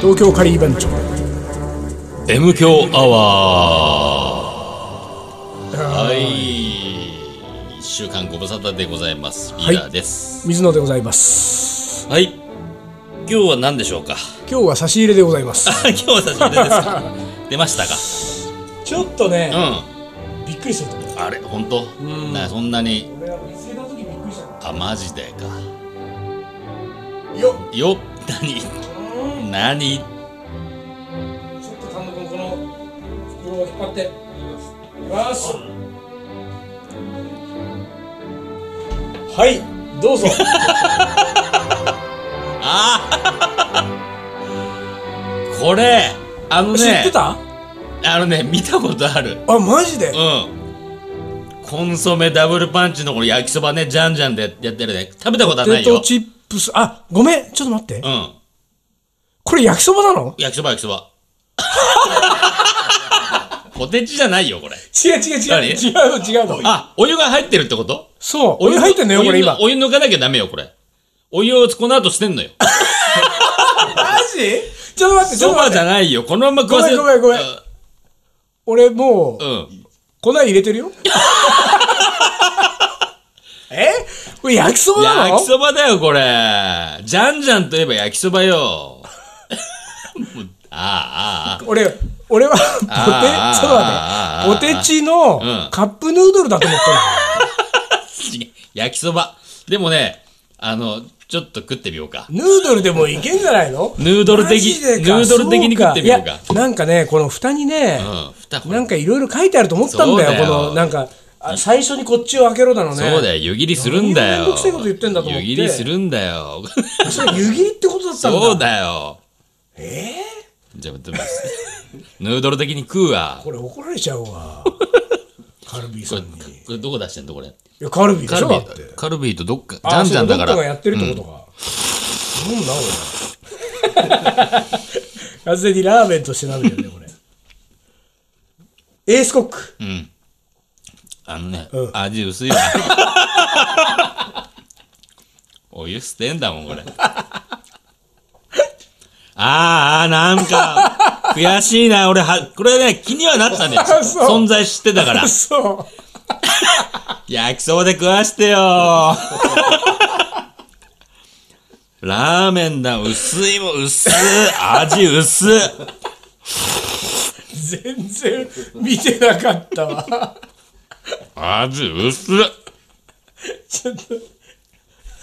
東京カリー番長 M 強アワーははい一週間ご無沙汰でございますリいーダーです水野でございますはい、今日は何でしょうか今日は差し入れでございます 今日は差し入れですか出ましちょっとねた、かびっくりすると思ううんあれ本当なそんなに俺は見つけた時びっくりしあマジでかたよっよ何何ちょっと単独のこの袋を引っ張ってよしはいどうぞあーこれあのね知ってたあのね見たことあるあマジでうん。コンソメダブルパンチのこの焼きそばね、じゃんじゃんでやってるね。食べたことはポなテいよ。トチップスあごめんちょっと待ってうん。これ焼きそばなの焼きそば焼 きそば。ポテチじゃないよ、これ。違う違う違う何違うの違うのあ、お湯が入ってるってことそうお湯入ってんのよこれ今お湯抜かなきゃダメよ、これ。お湯をこの後捨てん のよ。マジちょっと待ってちょっとそ待ばってじゃないよ。このまま食わせごめんごめんごめん俺もう、うん。うん粉入れて るよ。えこれ焼きそばなの焼きそばだよ、これ。じゃんじゃんといえば焼きそばよ。 もうああ、あ俺、俺はあーあポテ、ーそうだね。あーポテチのうんカップヌードルだと思ったの。あ。違う焼きそば。でもね、あの、ちょっと食ってみようか。 ヌードルでもいけんじゃないのヌードル的マジでかヌードル的に食ってみようかそいやなんかね、この蓋にね、うん、蓋これなんかいろいろ書いてあると思ったんだよ。そうだよこの、なんか、あ最初にこっちを開けろだのね。そうだよ、湯切りするんだよ。何をめんどくせえこと言ってんだと思って湯切りするんだよ。それ湯切りってことだったんだ。そうだよ。えーじゃあ、待ってます。ヌードル的に食うわ。これ怒られちゃうわ。 カルビーさんに。いこれどこ出してんのこれ。や、カルビーでカしルょビだってー、カルビーとどっか、ジあャンジャンだかそういうどっがら。やってるってことか。なんだ、これ。完全にラーメンとして鍋だよね、これ。エースコック。うん。あのねうん、味薄いわ。お湯捨てんだもん、 これ。あーあー、なんか、悔しいな、俺は、これね、気にはなった ね。あそう存在知ってたから。そう。焼きそばで食わしてよ ラーメンだ、薄いもん薄い、味薄い。全然見てなかったわ。味薄い。ちょっと。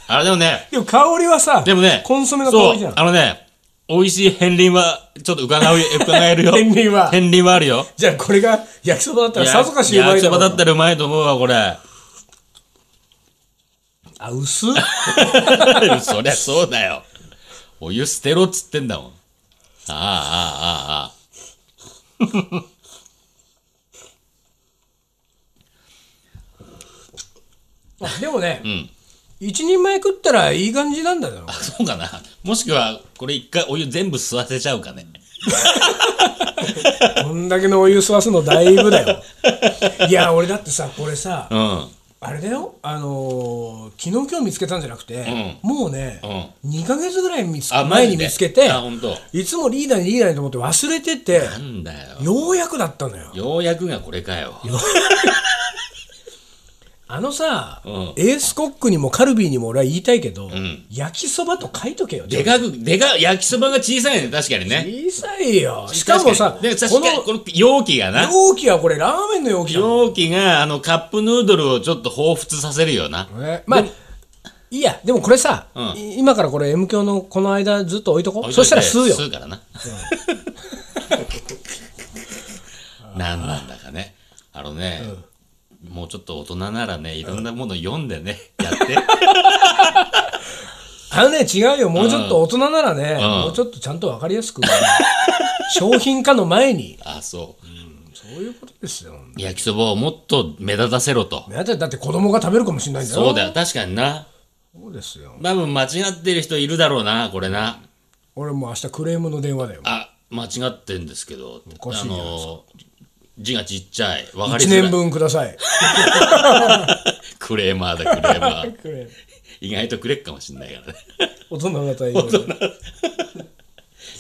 あれでもね、でも香りはさ、でもね、コンソメの香りじゃんそう、。あのね、美味しい片鱗は、ちょっと伺 う、伺えるよ。片鱗は片鱗はあるよ。じゃあこれが焼きそばだったらさぞかしうま焼いきそだろばうだったらうまいと思うわ、これ。あ、薄そりゃそうだよ。お湯捨てろっつってんだもん。ああ、ああ、ああ。あでもね、ん一人前食ったらいい感じなんだよ。そうかな。もしくは、これ一回お湯全部吸わせちゃうかね。こんだけのお湯吸わすのだいぶだよ。いや、俺だってさ、これさ、うん。あれだよ、あのー昨日今日見つけたんじゃなくて、もうね、う2ヶ月ぐらい見つあマ前ジにで見つけてあ本当、いつもリーダーにリーダーにと思って忘れてて、なんだよ。ようやくだったのよ。ようやくがこれかよ。あのさ、うんエースコックにもカルビーにも俺は言いたいけど、ん焼きそばと書いとけよ。でかく、でか、焼きそばが小さいね、確かにね。小さいよ。しかもさ、確にで、こ確かに、のこの容器がな。容器はこれラーメンの容器だもん容器が、あの、カップヌードルをちょっと彷彿させるよな。ねまあいいやでもこれさ、うんい今からこれ M 教のこの間ずっと置いとこ置いとそいてしたら吸うよ吸うからな。 なんなんだかね。あのね、もうちょっと大人ならね、いろんなもの読んでね、や って。あのね違うよもうちょっと大人ならね、んもうちょっとちゃんと分かりやすく商品化の前にあ、そう。そういうことですよ焼きそばをもっと目立たせろと。だってだって子供が食べるかもしれないんだよそうだよ、確かにな。そうですよ多分間違ってる人いるだろうな、これな。俺もう明日クレームの電話だよあ、間違ってんですけど、おかしあいじゃないの、字がちっちゃい。わかり1づ年らい。分くださいクレーマーだ、クレーマー。 クレーム意外とくれっかもしんないからね。大人な対応で い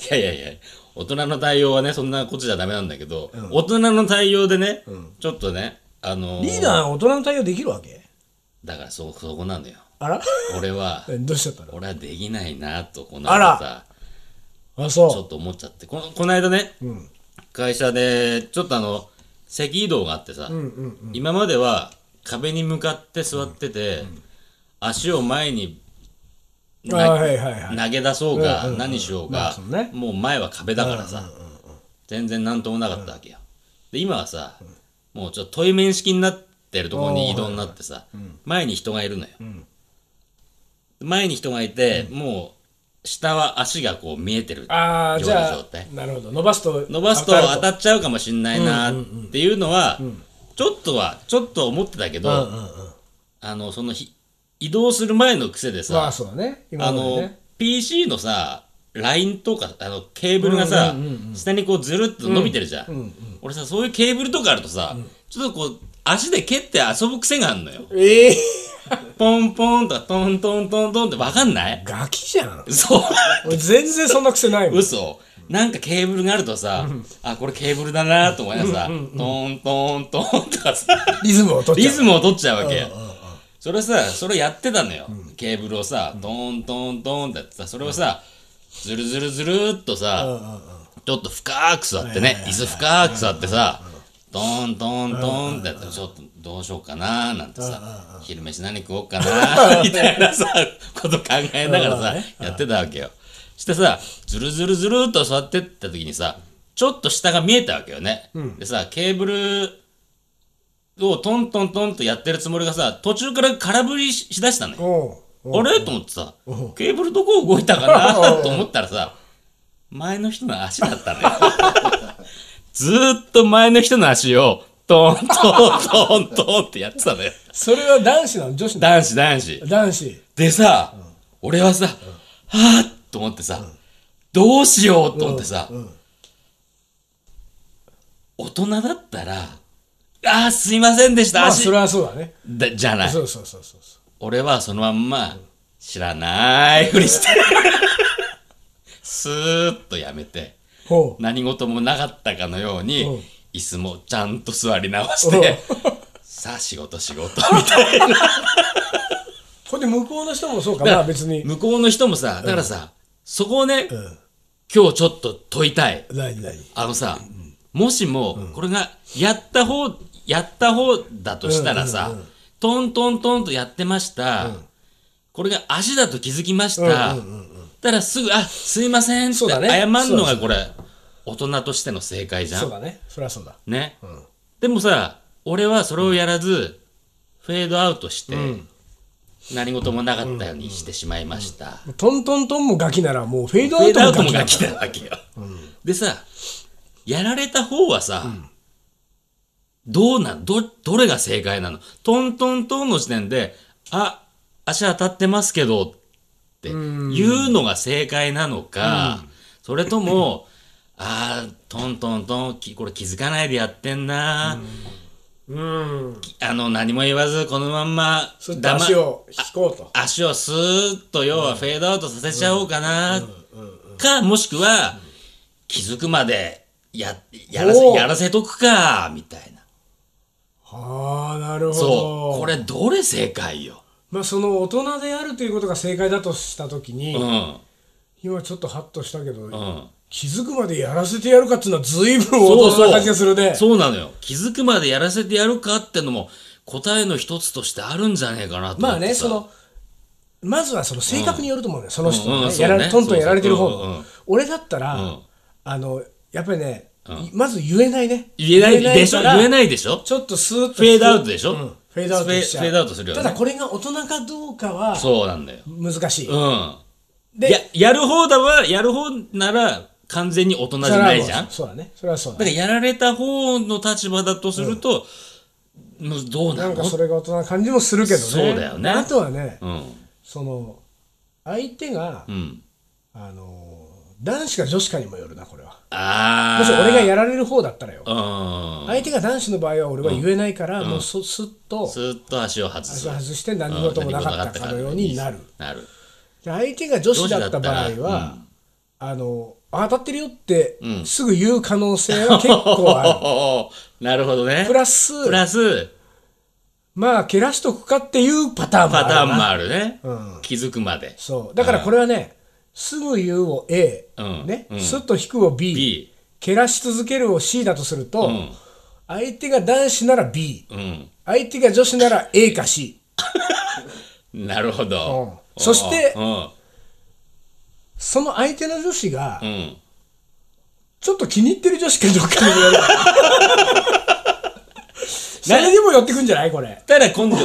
やいやいや、大人の対応はね、そんなことじゃダメなんだけど、うん大人の対応でね、うんちょっとね、あのリーダーは大人の対応できるわけだからそ、そこなんだよ。あら 俺は、えどうしちゃったの俺はできないなと、このあらあ間さ、ちょそっと思っちゃって、この、この間ね、う、うん、会社で、ちょっとあの、席移動があってさ、うんうん今までは壁に向かって座ってて、足を前にあなはいはいはい投げ出そううんうんがうん何しようまあがそうねもう前は壁だからさ全然何ともなかったわけよで今はさもうちょっと対面式になってるところに移動になってさ前に人がいるのよん前に人がいてもう下は足がこう見えてるああじゃような状あ態なるほど伸ばすと伸ばすと当たっちゃうかもしんないなっていうのはちょっとはちょっと思ってたけど、うんうんうんあの、そのひ、移動する前の癖でまさ、あそうだね今あまでのね、 PC のさ、ラインとか、あの、ケーブルがさ、うんうんうん下にこうずるっと伸びてるじゃん。うんうん俺さ、そういうケーブルとかあるとさ、ちょっとこう、足で蹴って遊ぶ癖があるのよ。ええポンポンとか、トントントントンってわかんないガキじゃんそう。俺全然そんな癖ないもん嘘なんかケーブルがあるとさ、あ、これケーブルだなと思いながらさ、トントントンとかさ、リズムを取っちリゃうズムを取っちゃうわけ。それさ、それやってたのよ。ケーブルをさ、トーントーントーンってやってさ、それをさ、ずるずるずるーっとさ、ちょっと深く座ってね、椅子深く座ってさ、トーントーントーンってやって、ちょっとどうしようかなーなんてさ、昼飯何食おうか なーみたいなさ、こと考えながらさ、やってたわけよ。してさ、ずるずるずるーっと座ってった時にさ、ちょっと下が見えたわけよね。でさ、ケーブル、をトントントンとやってるつもりがさ、途中から空振りししだしたのよ。おうおうあれと思ってさ、ケーブルどこ動いたかなと思ったらさ、前の人の足だったのよ。 ずーっと前の人の足を、トントントントンってやってたのよ。それは男子なの女子な男子男子の。男子でさ、俺はさ、はぁと思ってさ、どうしようと思ってさ、大人だったら、あーすいませんでした、まあ足それはそうだねだじゃない。そうそうそうそうそ俺はそのまんま知らないふりしてスーッとやめてうほう何事もなかったかのよううんに椅子もちゃんと座り直してさあ仕事仕事みたいなこれで向こうの人もそうかな別に向こうの人もさだからさそこをねうん今日ちょっと問いたい何何あのさもしもこれがやった方やった方だとしたらさトントントンとやってましたこれが足だと気づきましたうんうんうんたらすぐ、あ、すいませんってそう謝だねるそうのだがこれ、大人としての正解じゃ。そうんだねそれはそうだね。でもさ、俺はそれをやらず、フェードアウトして、何事もなかったようにしてしまいました。トントントンもガキならもうフェードフアェウードアウトトももガがキ来だたわけよ。でさ、やられた方はさ、どうなん、ど、どれが正解なのトントントンの時点で、あ、足当たってますけどって言うのが正解なのか、それとも、あートントントン、きこれ気づかないでやってんな、うんあの、何も言わず、このまんま、そして黙足を引こうと足をスーッと要はフェードアウトさせちゃおうかな、かもしくは、気づくまでややらせおーやらせとくかみたいなああなるほどそうこれどれ正解よ、まあその大人であるということが正解だとしたときに、うんうん、今ちょっとハッとしたけど、ん気づくまでやらせてやるかっていうのは随分大そう人そうな感じがするねそうなのよ気づくまでやらせてやるかってのも答えの一つとしてあるんじゃねえかなと思まっあてねさそのまずはその性格によると思うね、その人のね、うんうんやらそうねトントンやられてる方の、そうそううんうん俺だったら、うんあのやっぱりね、んいまず言えないね言えないでしょから言えないでしょちょっとスーッとフェードアウトでしょ、うんフェードアウトしちゃうフェードアウトするよねただこれが大人かどうかはそうなんだよ難しい、うんでややる方だはやる方なら完全に大人じゃないじゃそれはんもうそうだねそれはそうだだねからやられた方の立場だとすると、もうどうななのんかそれが大人な感じもするけどね。そうだよねあとはね、うんその、相手が、うんあの、男子か女子かにもよるな、これは。ああもし俺がやられる方だったらよ。うん相手が男子の場合は俺は言えないから、もうそすっと、ずっと足を外足すを外して何事もなかったかのようになる。なるで相手が女女子子だだっったた場合らは、あの、あ当たってるよってうんすぐ言う可能性は結構 あるなるほどね。プラスプラスまあ蹴らしとくかっていうパターンもあパるターンなもあるね。う気づくまで。そうだからこれはねすぐ言うを A うんねうんすっと引くを B B 蹴らし続けるを C だとするとん相手が男子なら B うん。相手が女子なら A か C なるほど。うんそしてうん。その相手の女子がうん。ちょっと気に入ってる女子かどうかによ るそれでも寄ってくんじゃないこれただ今度、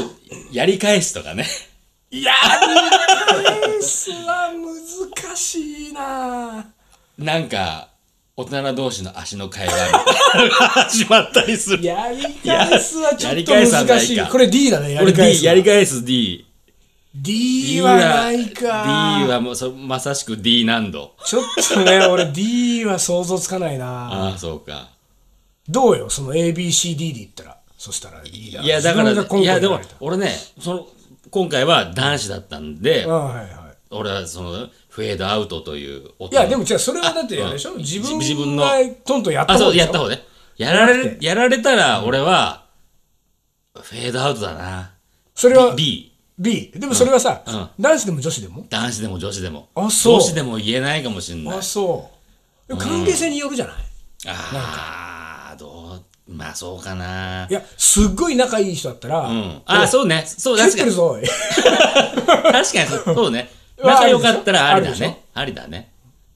やり返すとかね。いやー、レースは難しいななんか、大人同士の足の会話みたいなのが始まったりする。やり返すはちょっとやり難返し。すはいないかこれ D だね、や俺り返 D、す。やり返す D。 D はないか。 D はもうそまさしく D 難度。ちょっとね、俺 D は想像つかないなああ、そうか。どうよ、その ABCD で言ったら。そしたら D だ。いや、だから、自分が今い回や、で言わもれた、俺ね、その、今回は男子だったんで、うん、はいはい。俺はその、フェードアウトという音いや、でも、じゃあそれはだって、あれでしょうん自自分分のがトントンやったあ、方そう、でしょやった方ね。やられじゃなるく、てやられたら、俺は、フェードアウトだな。それは B。 B。でもそれはさうん、男子でも女子でも男子でも女子でも。あそう女子でも言えないかもしれない。あ、そう。でも関係性によるじゃないああ、どう、まあそうかな。いや、すっごい仲いい人だったら、うん。ああ、そうね。そう、蹴っ確てかるに。ぞ、おい 確かに、そ うね。うわ仲良かったらああるりでだしょね。ありだね。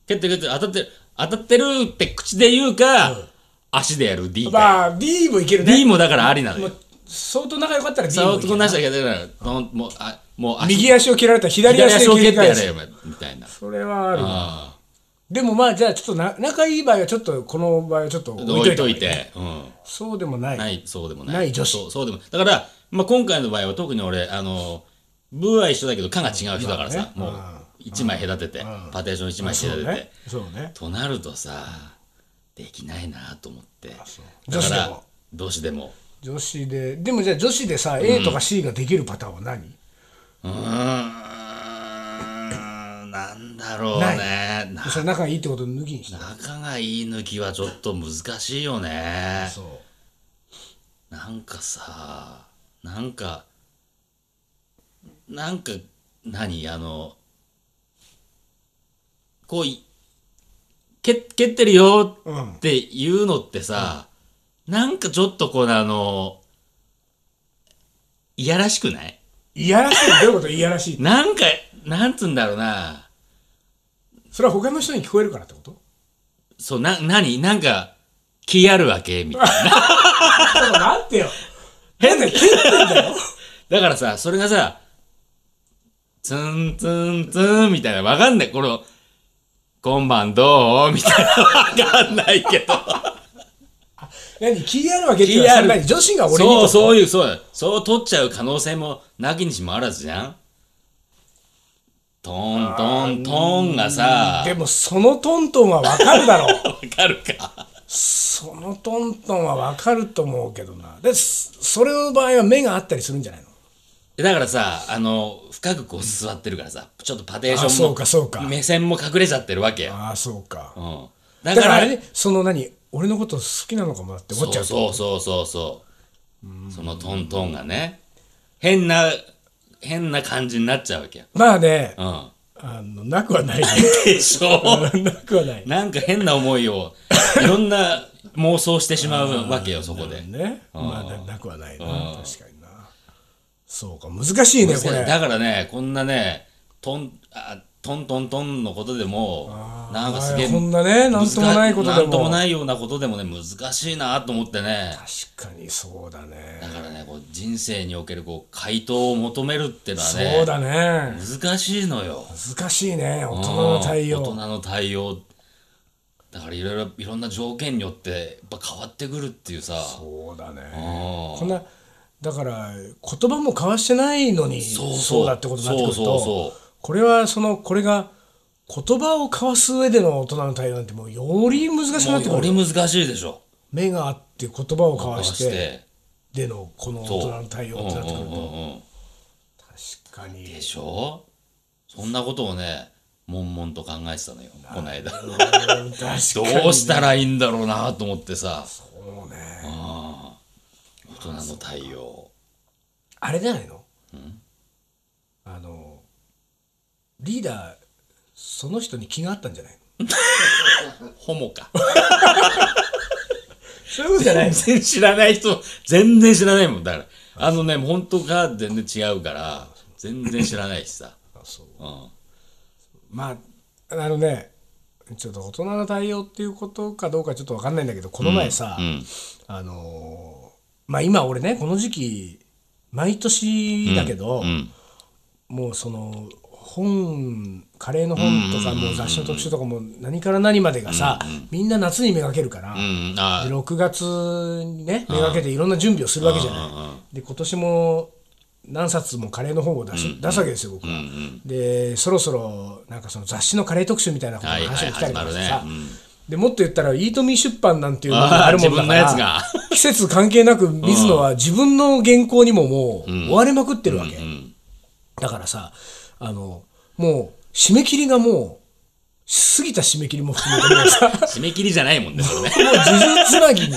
蹴ってる蹴ってる、当たってる、当たってるって口で言うか、足でやる D か。まあ、D もいけるね。 D もだからありなのもよう。相当仲良かったら D さもあ、いけ男るなしだけど、だからどんもう、あもう足、右足を蹴られたら左左足で足を蹴蹴っりてや返れす。よ、みたいな。それはあるわあでもまあ、じゃあちょっとな仲いい場合は、ちょっとこの場合はちょっとあ。置置いいとといいて。て。うん。そうでもない。ない、そうでもない。ない女子そうそうでも。だから、まあ、今回の場合は特に俺、あの、部は一緒だけど、科が違う人だからさ、まあもねう、一枚隔てて、パーテーション一枚そう隔ててね。。そうね。となるとさ、できないなと思って。う女だか子でらも、どうしでも。女子で、でもじゃあ女子でさ、A とか C ができるパターンは何うーん、なんだろうね。なそれ仲いいってことを抜きにした。仲がいい抜きはちょっと難しいよね。そう。なんかさなんかなんか何あのこうい蹴蹴ってるようんっていうのってさ、なんかちょっとこのあのいやらしくないいやらしいってどういうこといやらしいって。なんかなんつうんだろうなそれは他の人に聞こえるからってことそうな何なんか気あるわけみたいなちょっと待ってよ。変な蹴ってんだよ。だからさそれがさツンツンツンみたいなわかんないこの今晩どうみたいなわかんないけど何気あるわけっていうのは PR そんなに女子が 俺にそううそういうそうだそう取っちゃう可能性もなきにしもあらずじゃんトントントンがさでもそのトントンはわかるだろう わかるかそのトントンはわかると思うけどなでそそれの場合は目があったりするんじゃないのだからさあの深くこう座ってるからさちょっとパテーションもあそうかそうか目線も隠れちゃってるわけよ、ああそうかうん、だだかからあられねその何俺のこと好きなのかもなって思っちゃうそうそうそうそうそうそのトントンがね変な変な感じになっちゃうわけよ、まあねうん、あのなくはないでしょ なくはないなんか変な思いをいろんな妄想してしまうわけよそこでねまあななくはないな確かになそうか難しいねこれだからねこんなねトンあトントントンのことでもなんかすげえはいこんなねなんともないことでもなんともないようなことでもね難しいなと思ってね確かにそうだねだからねこう人生におけるこう回答を求めるってのはそうねだね難しいのよ難しいね大人の対うん大人応の対応だからいろいろいろんな条件によってやっぱ変わってくるっていうさそうだねそこんなだから言葉も交わしてないのにうそうそうだってことになってくるそうそとこれはそのこれが言葉を交わす上での大人の対応なんてもうより難しくなもっうてよくりる難しいでしょ目があって言葉を交わ回してでのこの大そう人の対応ってなってくるうんうんとうんうん確かにでしょそんなことをね悶々と考えてたのよこの間確かにどうしたらいいんだろうなと思ってさそうね大人の対応あれじゃないの、あのリーダーその人に気があったんじゃないのホモかそういうことじゃないの全然知らない人全然知らないもんだからあのね本当か全然違うから全然知らないしさ、 そううん、まああのねちょっと大人の対応っていうことかどうかちょっと分かんないんだけどこの前さ、うんあのーまあ今俺ねこの時期毎年だけど、うんもうその本カレーの本とかもう雑誌の特集とかも何から何までがさ、みんな夏にめがけるから、うんあで6月にねめがけていろんな準備をするわけじゃない。で今年も何冊もカレーの本を出し、出すわけですよ僕は。でそろそろなんかその雑誌のカレー特集みたいなことのはいはい話が来たりとかして始さ、まるねうんでもっと言ったらイートミー出版なんていうのがあるもんだからあー自分のやつ 季節関係なく水野は自分の原稿にももう追われまくってるわけ、だからさあのもう締め切りがもう過ぎた締め切りも含めてもうさ 締め切りじゃないもんねそれねもう呪術つなぎに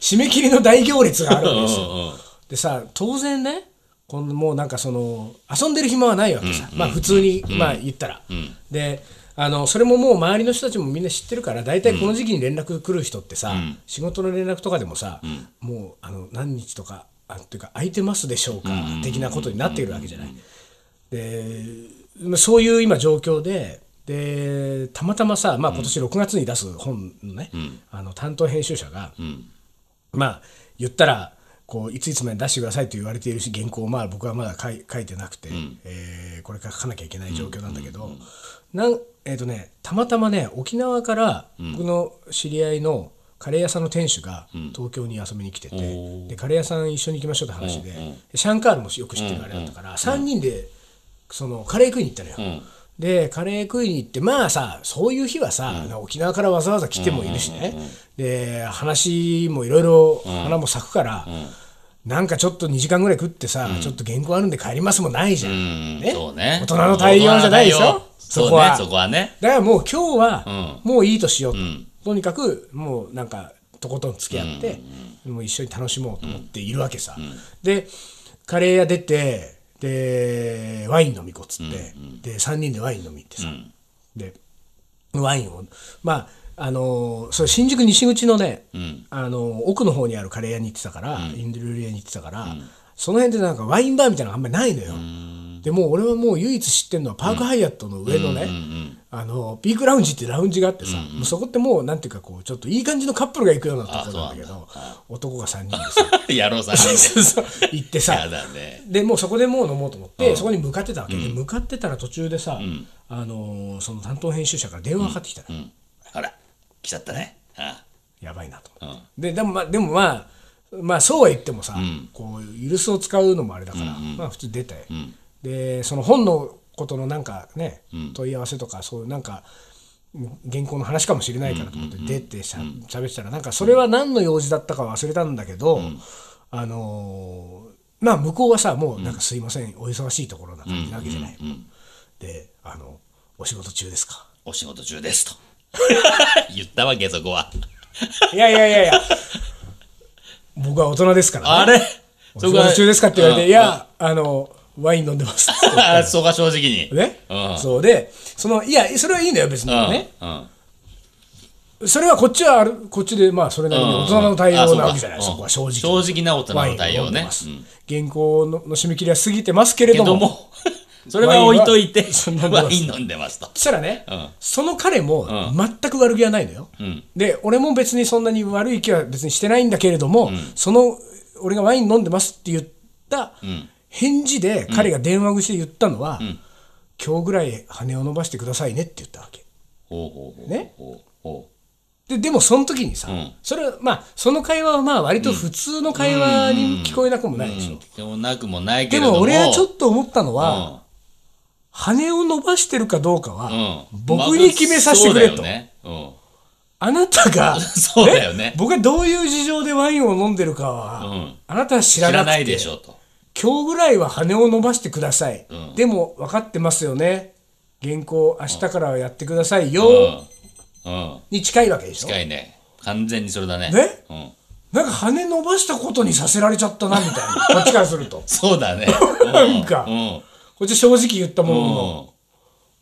締め切りの大行列があるわけですよ。うんうんでさ当然ねこのもうなんかその遊んでる暇はないわけさ、まあ普通に、まあ言ったら、であのそれももう周りの人たちもみんな知ってるから大体この時期に連絡来る人ってさ、仕事の連絡とかでもさ、もうあの何日とかあっていうか空いてますでしょうか、的なことになっているわけじゃない。でまあそういう今状況ででたまたまさ、まあ、今年6月に出す本のね、あの担当編集者が、まあ言ったらこういついつまでに出してくださいと言われているし原稿をまあ僕はまだ書い書いてなくて、えーこれから書かなきゃいけない状況なんだけど、なんえーとね、たまたまね沖縄から僕の知り合いのカレー屋さんの店主が東京に遊びに来てて、でカレー屋さん一緒に行きましょうって話で、シャンカールもよく知ってるあれだったから、3人でそのカレー食いに行ったのよ。でカレー食いに行ってまあさそういう日はさ、沖縄からわざわざ来てもいるしね、で話もいろいろ花も咲くから、なんかちょっと2時間ぐらい食ってさ、ちょっと原稿あるんで帰りますもないじゃん、うんねそうね大人の対応じゃないでしょそそうこねはそこはねだからもう今日はもういいとしようと、とにかくもうなんかとことん付き合って、もう一緒に楽しもうと思っているわけさ、でカレー屋出てでワイン飲みこっつって、で3人でワイン飲み行ってさ、でワインをまああのーそれ新宿西口のね、あのー奥の方にあるカレー屋に行ってたから、インド料理屋に行ってたから、その辺でなんかワインバーみたいなのがあんまりないのよ。でもう俺はもう唯一知ってるのはパークハイアットの上のね、あのーピークラウンジってラウンジがあってさ、もうそこってもうなんていうかこうちょっといい感じのカップルが行くようなところなんだけど男が3人で さ 野郎さんね行ってさやだねでもうそこでもう飲もうと思って、そこに向かってたわけで、向かってたら途中でさ、あのーその担当編集者から電話がかかってきたの、ほら来ちゃったねあやばいなと思って、ででもまあでもまあまあそうは言ってもさ、こう許すを使うのもあれだから、まあ普通出て、でその本のことのなんかね、問い合わせとかそういうなんか原稿の話かもしれないからと思って出てしゃ喋ってたらなんかそれは何の用事だったか忘れたんだけど、あのーまあ向こうはさもうなんかすいません、お忙しいところな感じなわけじゃない、であのお仕事中ですかお仕事中 ですと言ったわけそこはいやいやいやいや、僕は大人ですから、ね。あれお仕事中ですかって言われて、うんいや、あの、ワイン飲んで ますって言っあそうか正直にて。ね、うんそうで、その、いや、それはいいんだよ、別にうんね。うんそれはこっちはある、こっちで、まあ、それなりに大人の対応なわけじゃない、うんあそそうかこは正直。うん正直な大人の対応ねワインを飲んでます原稿のの締め切りは過ぎてますけれけどども。 もそれは置いといてワインはワイン飲んでますとそしたらね、うんその彼も全く悪気はないのよ、んで俺も別にそんなに悪い気は別にしてないんだけれども、その俺がワイン飲んでますって言った返事で彼が電話口で言ったのは、今日ぐらい羽を伸ばしてくださいねって言ったわけほうほうほうねほうほででもその時にさ、んそれはまあその会話はまあ割と普通の会話に聞こえなくもないでしょ、ううん聞こえなくもないけでれどもも俺はちょとっと思ったのは、羽を伸ばしてるかどうかは、僕に決めさせてくれと、そうだよねうんあなたが そうだよねえ僕がどういう事情でワインを飲んでるかは、うんあなたは知知らならくてないでしょうと今日ぐらいは羽を伸ばしてください、うんでも分かってますよね原稿明日からはやってくださいようん。うん。に近いわけでしょ近いね。完全にそれだね。ねうん。なんか羽伸ばしたことにさせられちゃったなみたい なこっちからするとそうだね。 なんかうん。うんこっち正直言ったもののうん。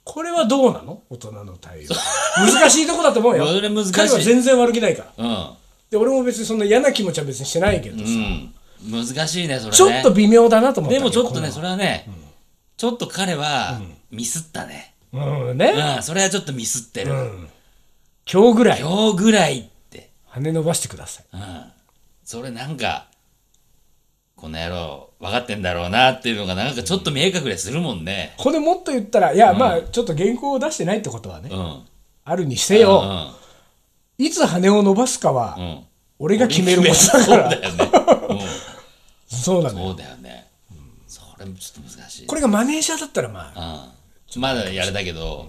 これはどうなの大人の対応難しいとこだと思うよそれ難しい彼は全然悪気ないからうん。で俺も別にそんな嫌な気持ちは別にしてないけどさ、うん。難しいね、それね。ちょっと微妙だなと思ったでけどもちょっとね、こそれはね、ちょっと彼はミスったね。のうんうね、ん、それはちょっとミスってる。今日ぐらい今日ぐらいって。羽伸ばしてくださいうん。それなんか、この野郎、分かってんだろうなっていうのが、なんかちょっと見え隠れするもんね。これもっと言ったらいや、まあちょっと原稿を出してないってことはね、うん。うん。あるにせよ、いつ羽を伸ばすかは、うん。俺が決めるもんそだうからだ よね。そうなうん。のよそうだよね。それもちょっと難しい。これがマネージャーだったらまあうん、まだやれだけど、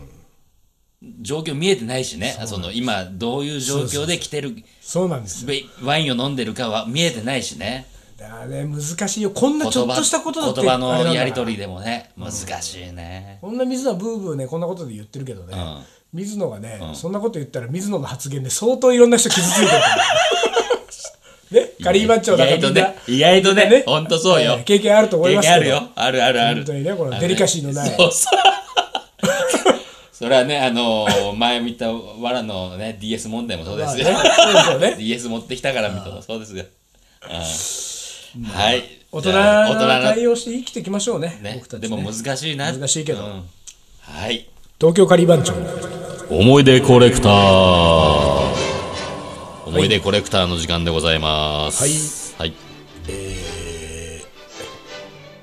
状況見えてないしねその今どういう状況で来てるそうなんですよべワインを飲んでるかは見えてないしねあれ難しいよこんなちょっとしたことだって言葉のあれなんだからやり取りでもね難しいね、こんな水野はブーブーねこんなことで言ってるけどね、ん水野がね、そんなこと言ったら水野の発言で相当いろんな人傷ついてる から。ね、カリー番長だから意み外とんな、ね意外とねほんとそうよえー経験あると思い経ます験あけどるよあるあるある本当にねこのあデリカシーのないそうそうそれはねあのー前見たわらのね DS 問題もそうですよ、まあねそうですよね DS 持ってきたからみたいなそうですよ、うんはい大人じのゃあ大人対応して生きていきましょうねのね僕たちでねも難しいな難しいけどうんはい東京カリー番長思い出コレクター思い出コレクターの時間でございますはい、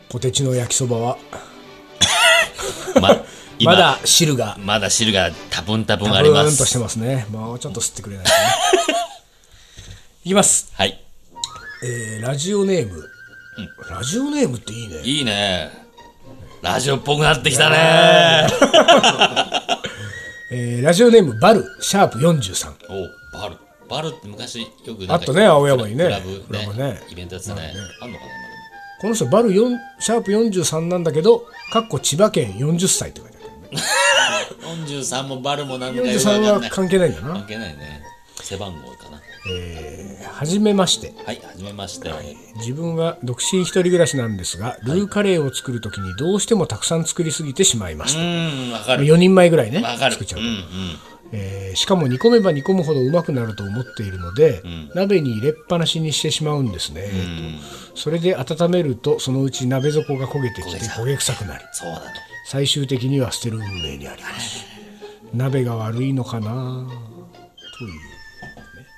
ポテチの焼きそばはま 今まだ汁がまだ汁がタプンタプンブありまーンとしす。てますねもうちょっと吸ってくれないかな いきます、はい。えーラジオネーム、ラジオネームっていいねいいね。ラジオっぽくなってきたね。えーラジオネームバルシャープ43お、バル。バルって昔よくなんかあったね青山にねクラブクラブねね。イベントやってたね。あんのかなこの人バル4シャープ43なんだけどかっこ千葉県40歳って書いてあるけどね今でも ?43 もバルもなんかよくわ43かんはない。関係ないんだ関な係ないね。背番号かな。はじめましてはい、はじめまして。自分は独身一人暮らしなんですがルーカレーを作るときにどうしてもたくさん作りすぎてしまいまうす、ーん、わかる。 4人前ぐらいねわかる作っ。ちゃうう、んうん。えーしかも煮込めば煮込むほどうまくなると思っているので、鍋に入れっぱなしにしてしまうんですね、それで温めるとそのうち鍋底が焦げてきて焦げ臭くなりそうだと。最終的には捨てる運命にあります鍋が悪いのかなという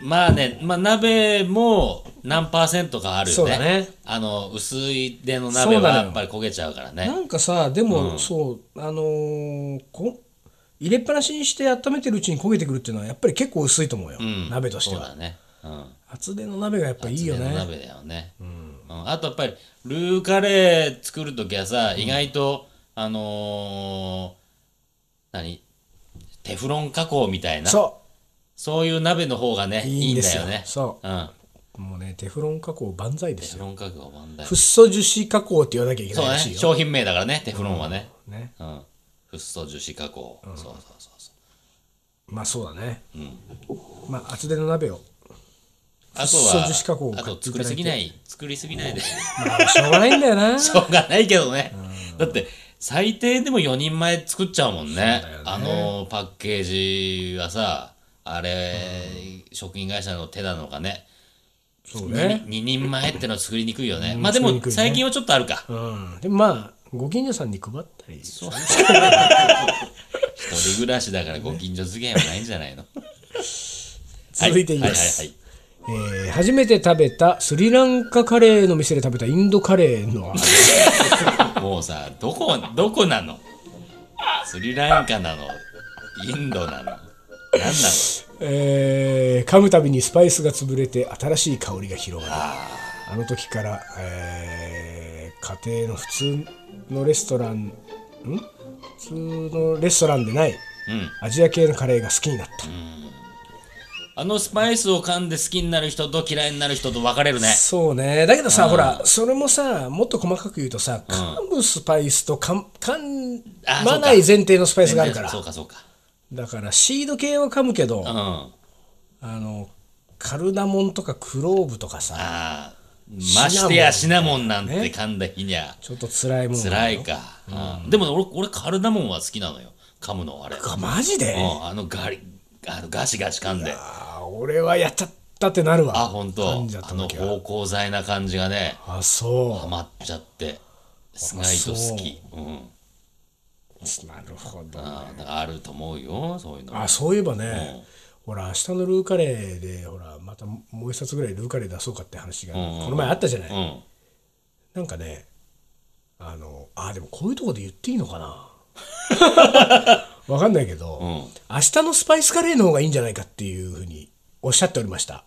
まあね、まあ鍋も何パーセントかあるそよね。うだねあの、薄いでの鍋そうなはのよやっぱり焦げちゃうからなね。んかさでも、そうあのーこ入れっぱなしにして温めてるうちに焦げてくるっていうのはやっぱり結構薄いと思うよ、うん鍋としてそうはだね。うん。厚手の鍋がやっぱいいよ厚手のね鍋だよね、うんあとやっぱりルーカレー作る時はさ、意外とあのー何テフロン加工みたいなそうそいう鍋の方がねういいいいんんでだすよよね、そうん、うもうねテフロン加工万歳でテすフよロン加工は問題フッ素樹脂加工って言わなきゃいけそなういらだねしいよ商品名だからねテフロンはね、ねうんフッ素樹脂加工、そうそうそうそうまあそうだね、まあ厚手の鍋をあとフッ素樹脂加工をはあ買っとてい作たりだいてすぎない作りすぎないで まあしょうがないんだよなしょうがないけどね。だって、最低でも4人前作っちゃうもんね。あのパッケージはさ、あれ、食品会社の手なのかね。そうね2人前ってのは作りにくいよね。まあで作りもにくいね最近はちょっとあるか。うんでもまあご近所さんに配ったり一人暮らしだからご近所付き合いはないんじゃないの 続いていきます、はいはいえー初めて食べたスリランカカレーの店で食べたインドカレーの味はいはい。もうさ、どこ、どこなのスリランカなのインドなのなんなのえー噛むたびにスパイスが潰れて新しい香りが広がるあの時から、えー家庭の普通のレストランん普通のレストランでないうん。アジア系のカレーが好きになったあのスパイスを噛んで好きになる人と嫌いになる人と分かれるね。そうね。だけどさ、ほら、それもさ、もっと細かく言うとさ、噛むスパイスと噛む噛あまない前提のスパイスがあるからそ。うかそうか。だから、シード系は噛むけど、うん。ああの、カルダモンとかクローブとかさ、あー。ましてやシナモンなんて噛んだ日にゃちょっと辛いもん。辛いか。うんでもね俺、俺カルダモンは好きなのよ。噛むのあれ。かマジで、うんあのガリ、あのガシガシ噛んで。あ俺はやっちゃったってなるわ。あ、本噛当んじゃったあの時は。芳香剤な感じがね、あ、そうハ。マっちゃって、意外と好き。うん。なるほど。あーだからあると思うよ、そういうの。あそういえばね、ほら明日のルーカレーでほらまたもう一冊ぐらいルーカレー出そうかって話がこの前あったじゃない、うん。なんかねあのあでもこういうとこで言っていいのか なわかんないけど、ん明日のスパイスカレーの方がいいんじゃないかっていうふうにおっしゃっておりました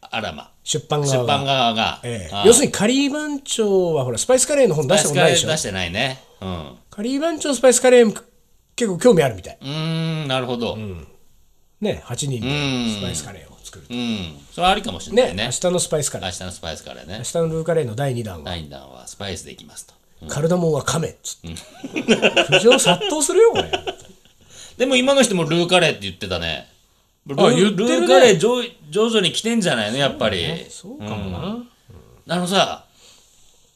あらま。出版出側が版側が。ええあー要するにカリー番長はほらスパイスカレーの本出したことないでしょ出してないね。うん。カリー番長のスパイスカレーも結構興味あるみたいうーん、なるほど。うん。ね8人でスパイスカレーを作るそれはありかもしれなねい明ね。日のスパイスカレー明日のスパイスカレーね明。日のルーカレーの第2弾は、第2弾はスパイスでいきますと。カルダモンは亀っつって。苦情殺到するよ、これ。 でも今の人もルーカレーって言ってたね。ルあ言ってるールねーカレー上徐々に来てんじゃないのやっぱり。そうかもな。あのさ、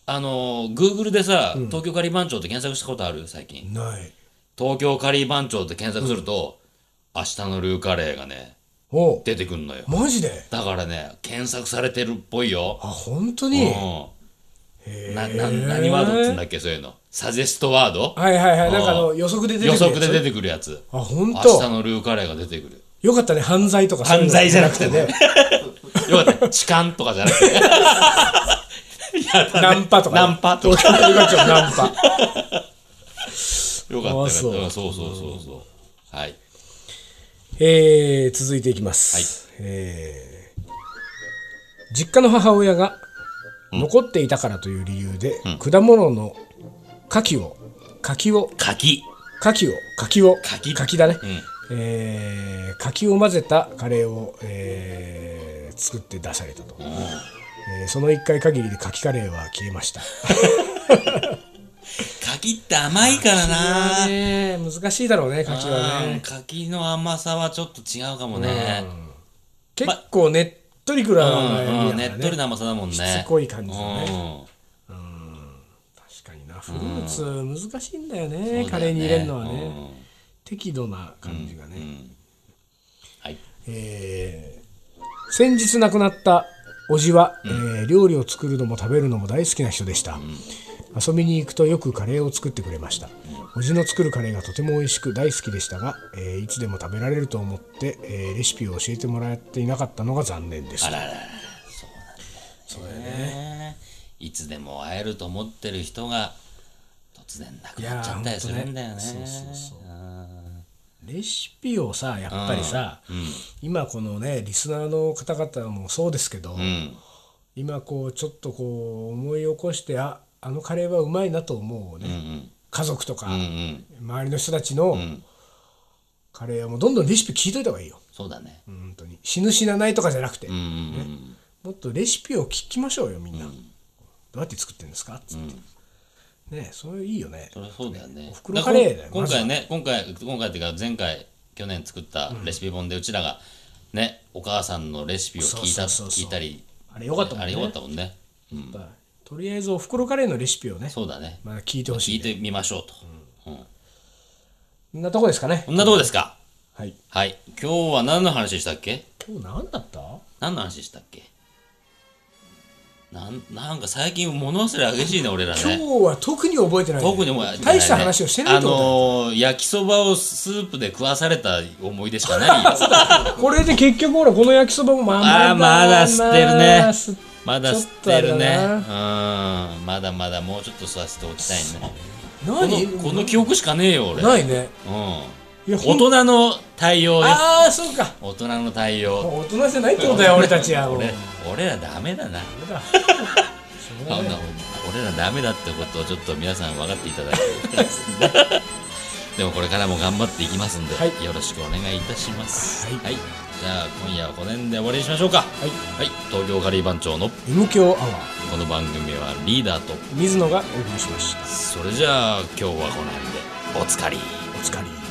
あのー、Google でさ、東京カリー番長って検索したことある最近。ない。東京カリー番長って検索すると、明日のルーカレーがね、おう出てくんのよ。マジでだからね、検索されてるっぽいよ。あ、本当にうん。な、な、何ワードっつうんだっけ、そういうの。サジェストワードはいはいはい。なんかあの、予測で出て予くるやつ測で出てくるやつ。あ、本明日当のルーカレーが出てくる。よかったね、犯罪とかそういう犯の罪じゃなくてね。。よかった。痴漢とかじゃ なくて。やだねナンパとかねナンパとか。東京カリー番長のナンパ。よかったよかった。そそううそうそうそう。はい。えー、続いていきます、えー実家の母親が残っていたからという理由で、果物の柿を柿を柿。柿を柿を柿だね、えー柿を混ぜたカレーを、えー作って出されたと、えーその1回限りで柿カレーは消えました柿って甘いからな。ね難しいだろうね柿はうんね柿の甘さはちょっと違うかもね。結構ねっとりくらいの甘いうんうだん。ねからっとりな甘さだもんね。しつこい感じだねうん確かになフルーツ難しいんだよね、カレーに入れるのはね、適度な感じがね、はい。えー先日亡くなったおじは、えー料理を作るのも食べるのも大好きな人でした、遊びに行くとよくカレーを作ってくれましたおじの作るカレーがとても美味しく大好きでしたが、えーいつでも食べられると思って、えーレシピを教えてもらっていなかったのが残念ですあらららら。そうなんだよね。いつでも会えると思ってる人が突然亡くなっちゃったりするんだよね。いやーほんとねそうそうレシピをさやっぱりさ、今このねリスナーの方々もそうですけど、うん。今こうちょっとこう思い起こしてああのカレーはうまいなと思うね、うん家族とか、うん。うんうん。周りの人たちのカレーはもうどんどんレシピ聞いといた方がいいよそうだね。本当に死ぬ死なないとかじゃなくて、うんうんもっとレシピを聞きましょうよみんな、どうやって作ってるんですかっつって、ねそれいいよねそれそうだよね。袋カレーだよだからこんま今ずは回ね、今回、今回っていうか、前回、去年作ったレシピ本で、うちらが、ね、お母さんのレシピを聞いた、そうそうそうそう聞いたり、あれよかったもんねあれよかったもんね。やっぱとりあえずおふくろカレーのレシピをねそうだね。まあ聞いてほし聞いいてみましょうと。こんなとこですかねこんなとこですかはいはい。今日は何の話したっけ今日何だった何の話したっけなんなんか最近物忘れ激しいね、俺ら今ね。日は特に覚えてないね、特にもう、大した話をしてないあってことだよのー、焼きそばをスープで食わされた思い出しかないよ。 これで結局ほらこの焼きそばもまあーまだ吸ってるね吸っまだ吸ってるね。ちょうっん。まだまだもうちょっと吸わせておきたいね。こ何のこの記憶しかねえよ、俺。うん。ないねいや大人の対応です。ああそうか大人の対応。大人じゃないってことだよ俺たちはもう俺俺らダメだな。俺だしょうがあない な俺らダメだってことをちょっと皆さん分かっていただいてでもこれからも頑張っていきますんで、はいよろしくお願いいたします。はいじゃあ今夜はこの辺で終わりにしましょうか。はい。東京カリー番長の M 強アワーこの番組はリーダーと、水野がお送りしましたそれじゃあ今日はこの辺でおつかり。お疲れ